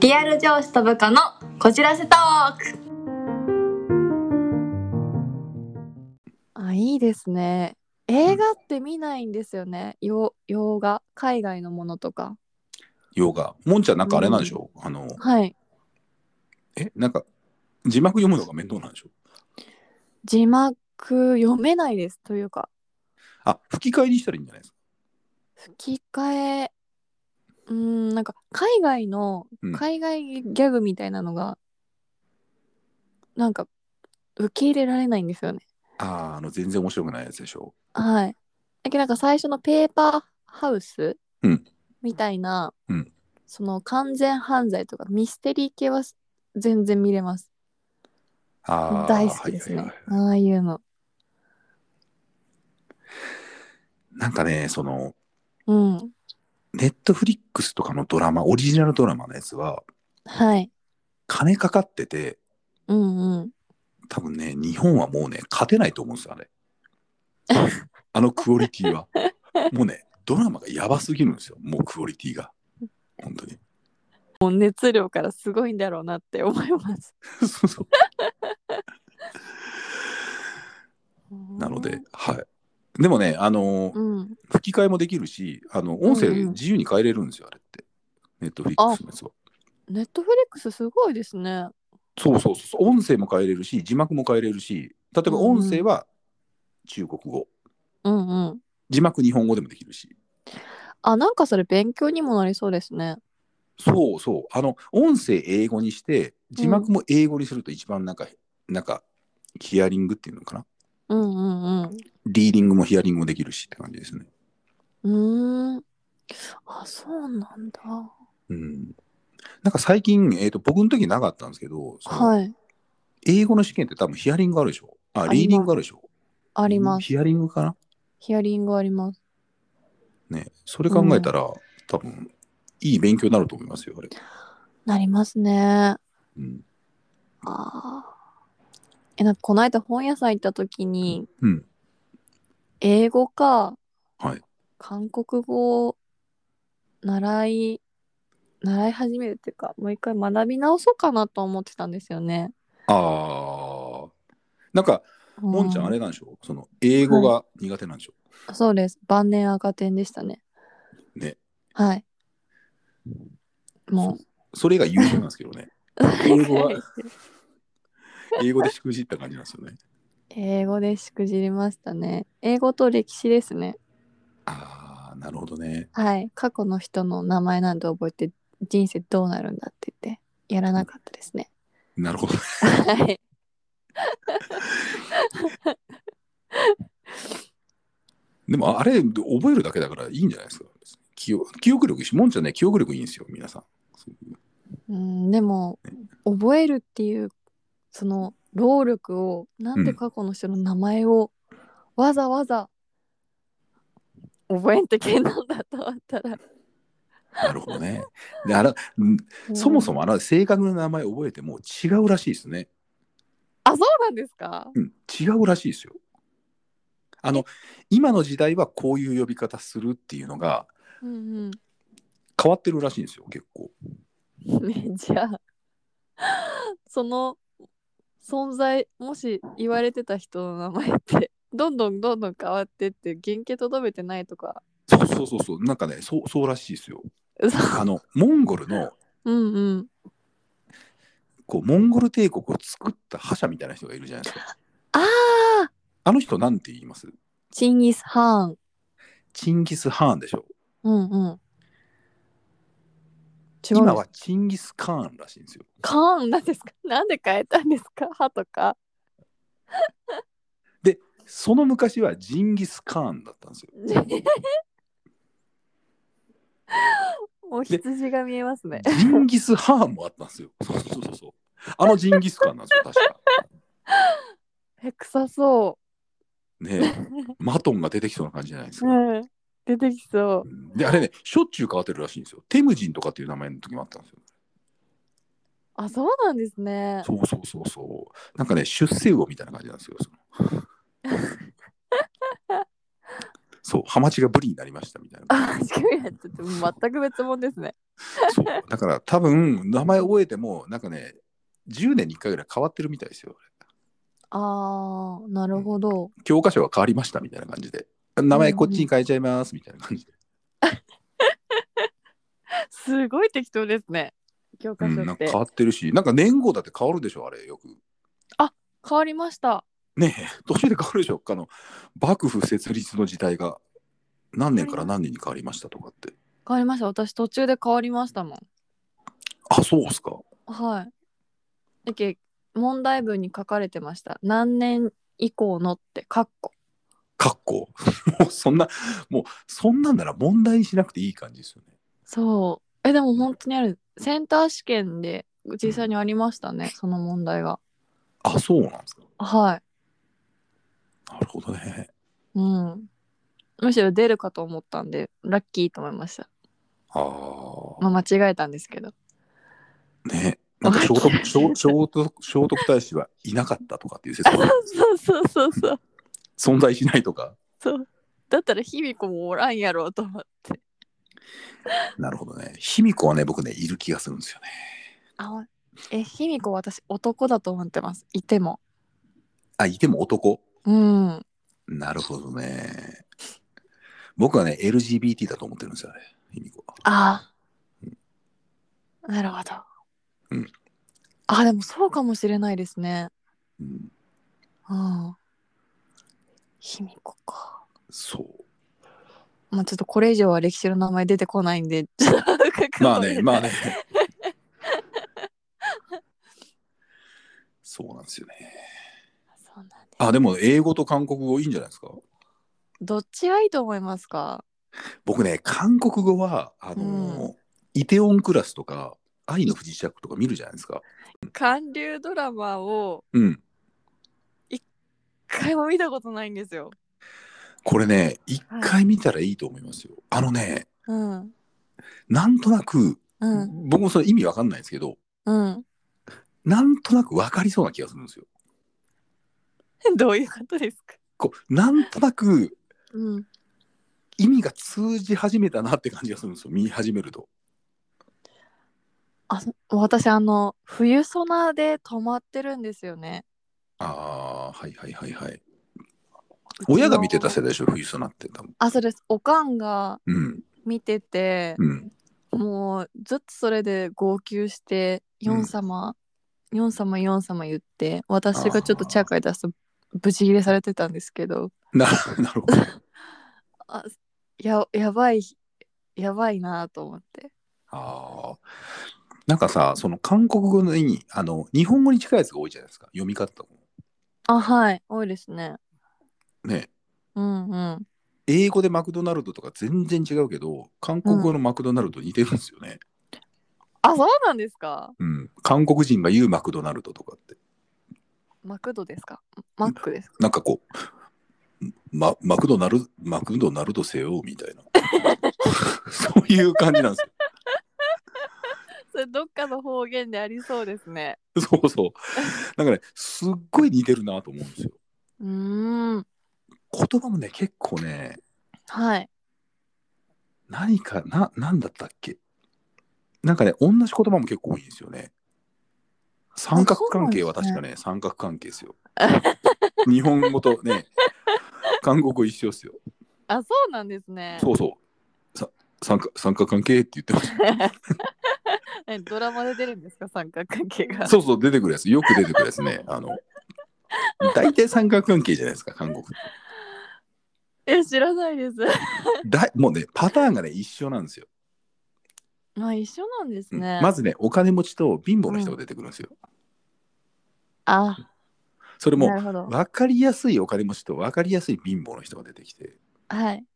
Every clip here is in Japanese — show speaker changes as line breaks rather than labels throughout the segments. リアル上司と部下のこじらせトーク
あ、いいですね。映画って見ないんですよね。洋洋画、海外のものとか。
ヨガ。もんちゃんなんかあれなんでしょ、あの、
はい。
え、なんか、字幕読むのが面倒なんでしょ
字幕読めないです。というか、
あ、吹き替えにしたらいいんじゃないですか。
吹き替え、うーん、なんか海外の
うん、
海外ギャグみたいなのが、なんか受け入れられないんですよね。
あーあの、全然面白くないやつでしょ。
はい。だけどなんか最初のペーパーハウス
うん
みたいな、
うん
その完全犯罪とかミステリー系は全然見れます。
ああ、
大好きですね。
はいはいはい
ああいうの。
なんかね、その、
うん。
ネットフリックスとかのドラマ、オリジナルドラマのやつは、
はい。
金かかってて、
うんうん。
多分ね、日本はもうね、勝てないと思うんで すよ、あれ。あのクオリティは。もうね、ドラマがやばすぎるんですよ、もうクオリティが。本当に。
もう熱量からすごいんだろうなって思います。
そうそう。なので、はい。でもね、あのー
うん。
吹き替えもできるし、あの、音声
うんうん
自由に変えれるんですよ、あれって。ネットフリックスのやつは。
ネットフリックスすごいですね。
そうそうそう。音声も変えれるし、字幕も変えれるし、例えば
うんうん
音声は中国語、
うんうん。
字幕日本語でもできるし。
あ、なんかそれ勉強にもなりそうですね。
そうそう。あの、音声英語にして、字幕も英語にすると一番なんか、なんか、ヒアリングっていうのかな。
うんうんうん。
リーディングもヒアリングもできるしって感じですね。
うーん。あ、そうなんだ。
うん。なんか最近、えっ、と、僕の時なかったんですけど、その
はい。
英語の試験って多分ヒアリングあるでしょ
あ
あ、
ります
リーディングあるでしょ
あります。
ヒアリングかな
ヒアリングあります。
ね。それ考えたら、多分、いい勉強になると思いますよ、あれ。
なりますね。
うん。
ああ。え、なんかこの間本屋さん行った時に、
うん。
英語か、
はい
韓国語を習い、習い始めるっていうか、もう一回学び直そうかなと思ってたんですよね。
ああ。なんか、
う
もんちゃんあれなんでしょその、英語が苦手なんでしょ、
そうです。晩年赤点でしたね。
ね。
はい。もう。
それが優秀なんですけどね。英語は英語でしくじった感じなんですよね。
英語でしくじりましたね。英語と歴史ですね。
ああ、なるほどね。
はい。過去の人の名前なんて覚えて人生どうなるんだって言ってやらなかったですね。
なるほど。
はい。
でも、ああれ、覚えるだけだからいいんじゃないですか。記憶記憶力いいし、もんちゃんね、記憶力いいんですよ、皆さん。
うん、でも覚えるっていうその労力をなんで過去の人の名前をわざわざ覚えんといけなんだと思ったら、
なるほどね。であらうん そもそ
も
もあの正確な名前覚えても違うらしいですね。
あそうなんですか
うん、違うらしいですよ。あの今の時代はこういう呼び方するっていうのが
うん
変わってるらしいんですよ結構。
うんねじゃあその存在もし言われてた人の名前ってどんどんどんどん変わってって原型とどめてないとか
そうそうそうそうなんかねそうそうらしいですよ。
嘘
あのモンゴルの
うんうん
こうモンゴル帝国を作った覇者みたいな人がいるじゃないですか。
ああ
あの人なんて言います
チンギス・ハーン
チンギス・ハーンでしょ。
うんうん。違う。
今はチンギス・カーンらしいんですよ。
カーンなんですか。 なんで変えたんですか。歯とか。
その昔はジンギス・カーンだったんですよ。
もう羊が見えますね。
ジンギス・ハーンもあったんですよ。そうそうそうそう。あのジンギス・カーンなんですよ確か。
え、臭そ
ねえマトンが出てきそうな感じじゃないです
う。
か。
うん。出てきそうう。
んであれねしょっちゅう変わってるらしいんですよ。テムジンとかっていう名前の時もあったんですよ。
あ、そうなんですね。
そうそうそうそう。なんかね出世魚みたいな感じなんですよ。その そうハマチがブリになりましたみたいな。
あ、違うやつって全く別物ですね。
そそうだから多分名前覚えてもなんかね10年に1回ぐらい変わってるみたいですよ
あーなるほど、
教科書が変わりましたみたいな感じで名前こっちに変えちゃいますみたいな感じで、
すごい適当ですね教科
う
書って、
んなんか変わってるしなんか年号だって変わるでしょあれよく
変わりました
ねえ年で変わるでしょあの幕府設立の時代が何年から何年に変わりましたとかって
変わりました私途中で変わりましたもん
あそうっすか
はい。だけ問題文に書かれてました。何年以降のって、かっこ。
かっこ もうそんなもうそんなんなら問題にしなくていい感じですよね
そう。え、でも本当にある。センター試験で実際にありましたね、その問題が。
あそうなんですか
は
なるほどね
い。うん。むしろ出るかと思ったんで、ラッキーと思いました。
あ
まあ、間違えたんですけど。
あねなんか聖徳聖聖徳聖徳太子はいなかったとかっていう説もある
そうそうそうそう。
存在しないとか
そう。だったら、卑弥呼もおらんやろうと思って。
なるほどね卑弥呼はね僕ねいる気がするんですよね
あ、え、卑弥呼私男だと思ってます。いても。
あいても男
うん。
なるほどね僕はね LGBT だと思ってるんですよね卑弥呼は
ああ。なるほど。
うん。
あ、でもそうかもしれないですね。
うん
うん。卑弥呼か。
そう
まあちょっとこれ以上は歴史の名前出てこないんで、ちょっと深く
まあ
掘れな
ね、
い
まあね。 そうなんですよね。
そうなんです。
あ、でも英語と韓国語いいんじゃないですか。
どっちがいいと思いますか
僕ね、韓国語は、あのーイテオンクラスとか、愛の不時着とか見るじゃないですか。
韓流ドラマを
うん。
一回も見たことないんですよ。
これね、一回見たらいいと思いますよ。あのね、
うん。
なんとなく、
うん。
僕もそれ意味わかんないんですけど、
うん。
なんとなくわかりそうな気がするんですよ。
どういうことですか
こう、なんとなく
うん。
意味が通じ始めたなって感じがするんですよ。見始めると。
あ、そ私、あの、冬ソナで泊まってるんですよね。
ああ、はいはいはいはい。親が見てた世代でしょ、冬ソナって多分。
あそうですおかんが
うん。
見てて、
うん。
もうずっとそれで号泣して「
うん
ヨン様、ヨン様ヨン様」言って私がちょっとちゃかい出すとブチギレされてたんですけど
な なるほど。
あややばいやばいなと思って
ああ。なんかさ、その韓国語のに、あの、日本語に近いやつが多いじゃないですか。読み方も。
あはい多いですね
ね。
うんうん
英語でマクドナルドとか全然違うけど、韓国語のマクドナルド似てるんですよね。
あそうなんですか
うん。韓国人が言うマクドナルドとかって。
マクドですかマックですか
なんかこう、ま、マクドナル、マクドナルドせよ、みたいな。 そういう感じなんですよ
それどっかの方言でありそうですね
そうそう。だから、ね、すっごい似てるなと思うんですよ。
うーん
言葉もね、結構ね、
はい
何か、な、なんだったっけなんかね、同じ言葉も結構多いんですよね。三角関係は
あそう
確
なんですね
かね、三角関係ですよ。日本語と ね、韓国語一緒ですよ。
あそうなんですね
そうそう。さ三角三角関係って言ってまし
えドラマで出るんですか三角関係 が
た。そうそう、出てくるやつ。よく出てくるやつね。あの、大体三角関係じゃないですか、韓国。
え知らないです。
だいもうね、パターンがね、一緒なんですよ。
あ一緒なんです
うん
ね。
まずねお金持ちと貧乏な人が出てくるんですよ、
あ
それ
な
も
るほど。
分かりやすいお金持ちと分かりやすい貧乏の人が出てきて
はい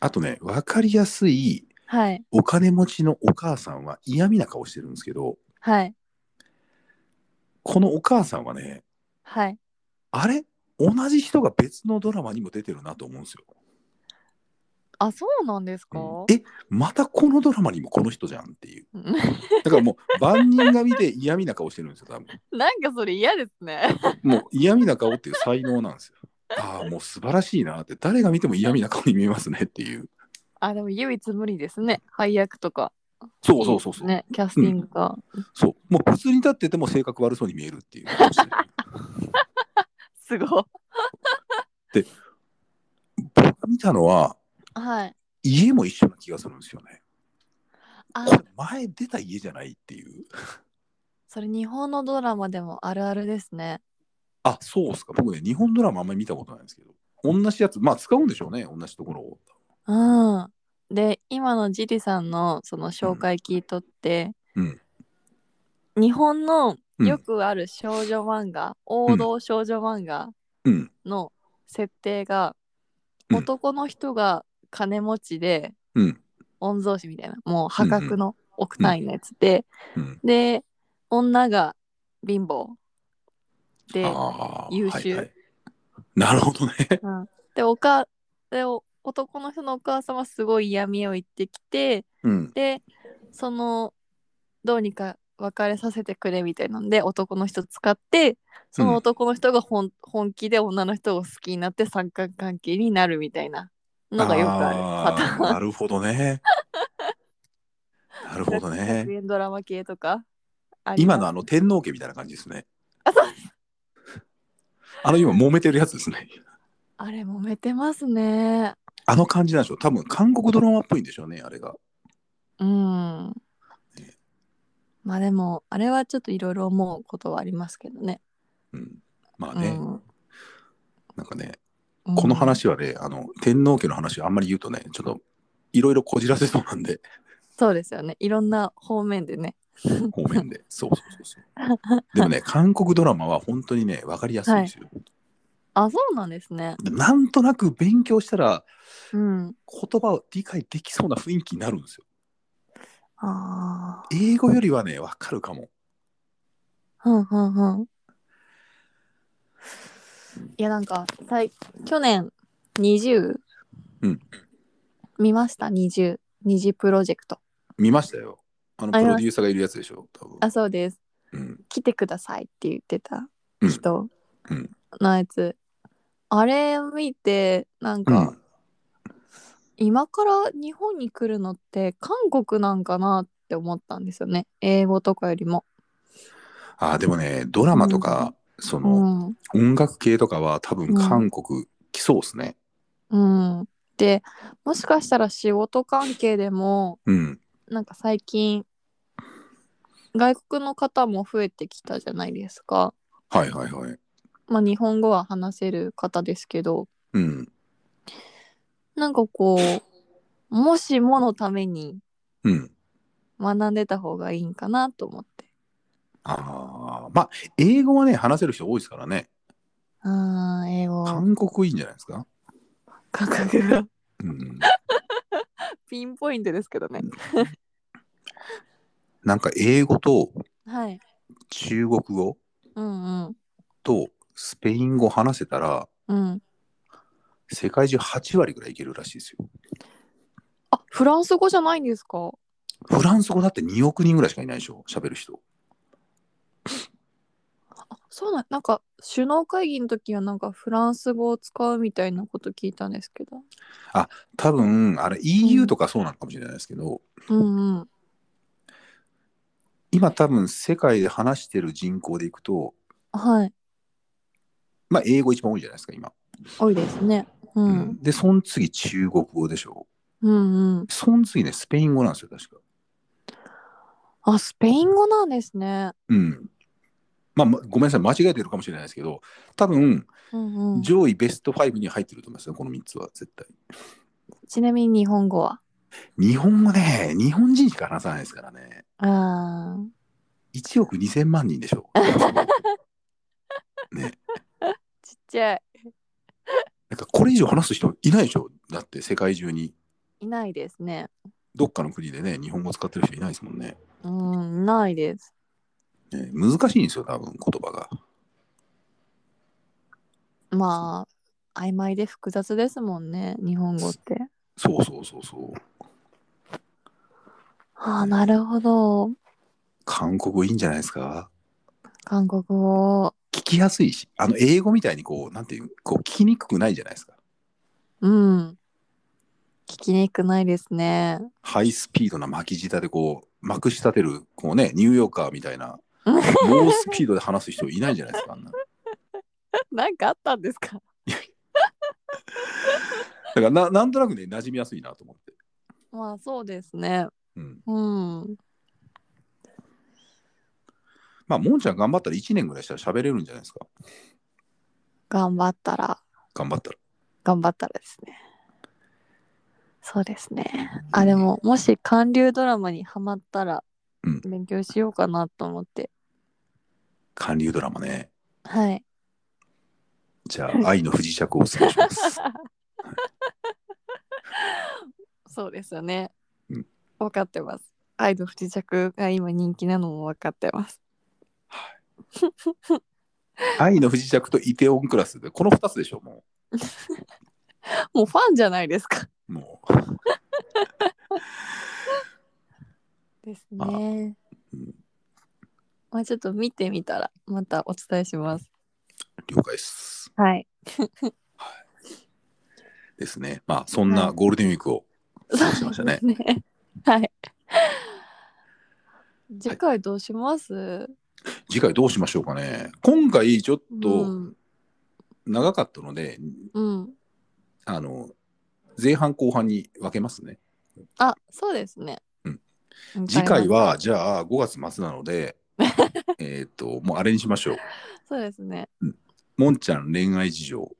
あとね分かりやすい
はい
お金持ちのお母さんは嫌味な顔してるんですけど
はい
このお母さんはね
はい。
あれ同じ人が別のドラマにも出てるなと思うんですよ、
あそうなんですか。
うんえまたこのドラマにもこの人じゃんっていうだからもう万人が見て嫌味な顔してるんですよ多分
なんかそれ嫌ですね。
もう嫌味な顔っていう才能なんですよああもう素晴らしいなって誰が見ても嫌味な顔に見えますねっていう
あでも唯一無理ですね。配役とか。
そうそうそうそう。
ね、キャスティングが。
そうもう普通に立ってても性格悪そうに見えるっていう話。
すごい。
僕見たのは
はい。
家も一緒な気がするんですよね。
あ
こ、れ前出た家じゃないっていう。
それ日本のドラマでもあるあるですね。
あそうっすか僕ね日本ドラマあんまり見たことないんですけど同じやつまあ使うんでしょうね同じところを。
うん。で、今のジリさんのその紹介聞いとって、
うん
日本の
うん
よくある少女漫画、王道少女漫画
うん
の設定が、
うん
男の人が金持ちで、
うん
御曹司みたいな、もう破格の億単位のやつで、
うん。
で、女が貧乏で、
ああ
優秀
い。なるほどね。
でおかでお男の人のお母様すごい嫌味を言ってきて
うん
でそのどうにか別れさせてくれみたいなんで男の人使ってその男の人が本,、本気で女の人を好きになって三角関係になるみたいなのがよくあるパターン。
ーなるほ どね。なるほどね
学。園ドラマ系とかあります
今のあの天皇家みたいな感じですね。あの今揉めてるやつですね。
あれ揉めてますね
あの感じなんでしょう。多分韓国ドラマっぽいんでしょうね、あれが。
うん
ね
まあでもあれはちょっといろいろ思うことはありますけどね
うん、まあね、
うん
なんかね、
うん
この話はね、あの天皇家の話あんまり言うとね、ちょっといろいろこじらせそうな んで、
そうですよね。いろんな方面でね。
方面で。そうそうそうそう。でもね、韓国ドラマは本当にね、わかりやすいんですよ。
あ、そうなんですね。
でもなんとなく勉強したら、
うん。
言葉を理解できそうな雰囲気になるんですよ。
あ
英語よりはね、わかるかも。
あ。うんうんうん。いや、なんか、さい去年、20、
うん
見ました ?20。20プロジェクト。
見ましたよ。あの
あ
プロデューサーがいるやつでしょ、多分。
あ、そうです。
うん、
来てくださいって言ってた
うん
人
うん
のやつ。あれ見て、なん
う
か、
ん
今から日本に来るのって韓国なんかなって思ったんですよね英語とかよりも。
あーでもね、ドラマとか、その
うん
音楽系とかは多
うん
分韓国来そうですね。
うん、でもしかしたら仕事関係でも
うん。
なんか最近外国の方も増えてきたじゃないですか。
はいはいはい。
まあ日本語は話せる方ですけど
うん。
なんかこうもしものために
うん。
学んでた方がいいんかなと思って。
ああ、まあ、英語はね、話せる人多いですからね。
あー英語
韓国いいんじゃないですか。
感覚が
うん。
ピンポイントですけどね。
なんか英語と
はい。
中国語
うんうん。
とスペイン語話せたら、
うん。
世界中8割ぐらいいけるらしいですよ。
あ、フランス語じゃないんですか。
フランス語だって2億人ぐらいしかいないでしょ、喋る人。
あ、そうなん、なんか首脳会議の時はなんかフランス語を使うみたいなこと聞いたんですけど。
多分、あれ EU とかそうなのかもしれないですけど、
うんうん。
今多分世界で話してる人口でいくと、
はい。
まあ英語一番多いじゃないですか、今。
多いですね。う。
うんんで、その次中国語でしょ。
うんうん。
その次ね、スペイン語なんですよ、確か。
あ、スペイン語なんですね。
うん。まあ、まごめんなさい、間違えてるかもしれないですけど、多分、
うんうん。
上位ベスト5に入ってると思いますよ、この3つは絶対。
ちなみに日本語は。
日本語ね、日本人しか話さないですからね。
ああ。
1億2000万人でしょ。ね。
ちっちゃい。
なんかこれ以上話す人いないでしょ。だって世界中に。
いないですね。
どっかの国でね、日本語使ってる人いないですもんね。
うん、いないです。
ね難しいんですよ、多分言葉が。
まあ、曖昧で複雑ですもんね。日本語って。
そうそうそうそう。
ああ、なるほど。
韓国語いいんじゃないですか。
韓国語。
聞きやすいし、あの英語みたいにこう、なんていう、こう聞きにくくないじゃないですか。
うん。聞きにくくないですね。
ハイスピードな巻き舌でこう、まくし立てる、こうね、ニューヨーカーみたいな、
うん
猛スピードで話す人いないんじゃないですか、あんな。
なんかあったんですか
だからな、なんとなくね、馴染みやすいなと思って。
まあそうですね。
うん。
うん。
まあ、もんちゃん頑張ったら1年ぐらいしたら喋れるんじゃないですか。
頑張ったら、
頑張ったら。
頑張ったらですね。そうですね。あ、でも、もし韓流ドラマにハマったら
うん、
勉強しようかなと思って。
韓流ドラマね。
はい。
じゃあ、愛の不時着をお伝えします。
そうですよね
うん。
分かってます。アイドル不時着が今人気なのも分かってます。
愛の不時着とイテオンクラスで、この2つでしょ、も
もうファンじゃないですか。
う。も
です
あ
ね。
う、うん
まあちょっと見てみたら、またお伝えします。
了解です。
はい。
ですね。まあ、そんなゴールデンウィークを過ごしましたね。
ね。はい。次回どうします、
次回どうしましょうかね。今回、ちょっ
う
と
ん、
長かったので、
うん。
あの、前半後半に分けますね。
あ、そうですね。
うん次回
わかりま
は、じゃあ、5月末な ので、えっと、もうあれにしましょう。
す。そうですね。
もんちゃん恋愛事情、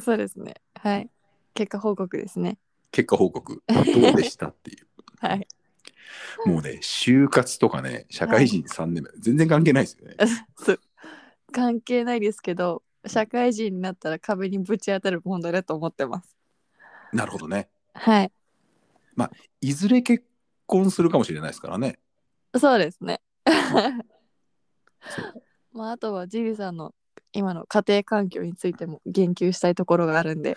そうですね。はい。結果報告ですね。
結果報告、どうでしたっていう。
はい。
もうね、就活とかね、社会人3年目、全然関係ないですよね。
そう関係ないですけど、社会人になったら壁にぶち当たる問題だと思ってます。
なるほどね。
はい。
いずれ結婚するかもしれないですからね。
そうですね。
そう
まあ、あとはジリさんの今の家庭環境についても言及したいところがあるんで。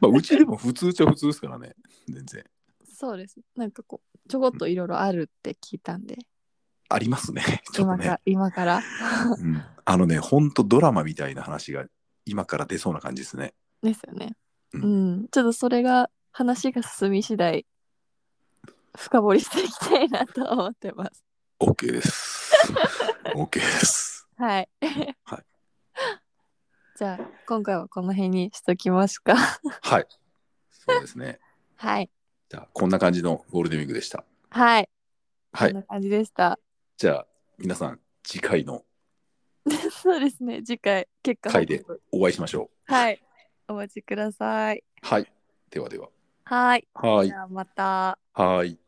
まあ、うちでも普通っちゃ普通ですからね、全然。
そうです。なんかこう、ちょこっといろいろあるって聞いたんで、
ありますね、 ちょっ
今か
とね
ら。、今から。
うんあのね、ほんとドラマみたいな話が今から出そうな感じですね。
ですよね。
う
うんん、ちょっとそれが話が進み次第深掘りしていきたいなと思ってます。
OK です。OK です。
はい。
はい
じゃあ今回はこの辺にしときますか。
はい。そうですね。
はい。
じゃあ、こんな感じのゴールデンウィークでした。
はい。こ
は
ん
い。
な感じでした。
じゃあ、皆さん、次回の
そうですね。次回結果報
回
告
でお会いしましょ
はい。お待ちください。
う。はい。ではでは。
はい。
は
じ
い。
ゃあまた。
はい。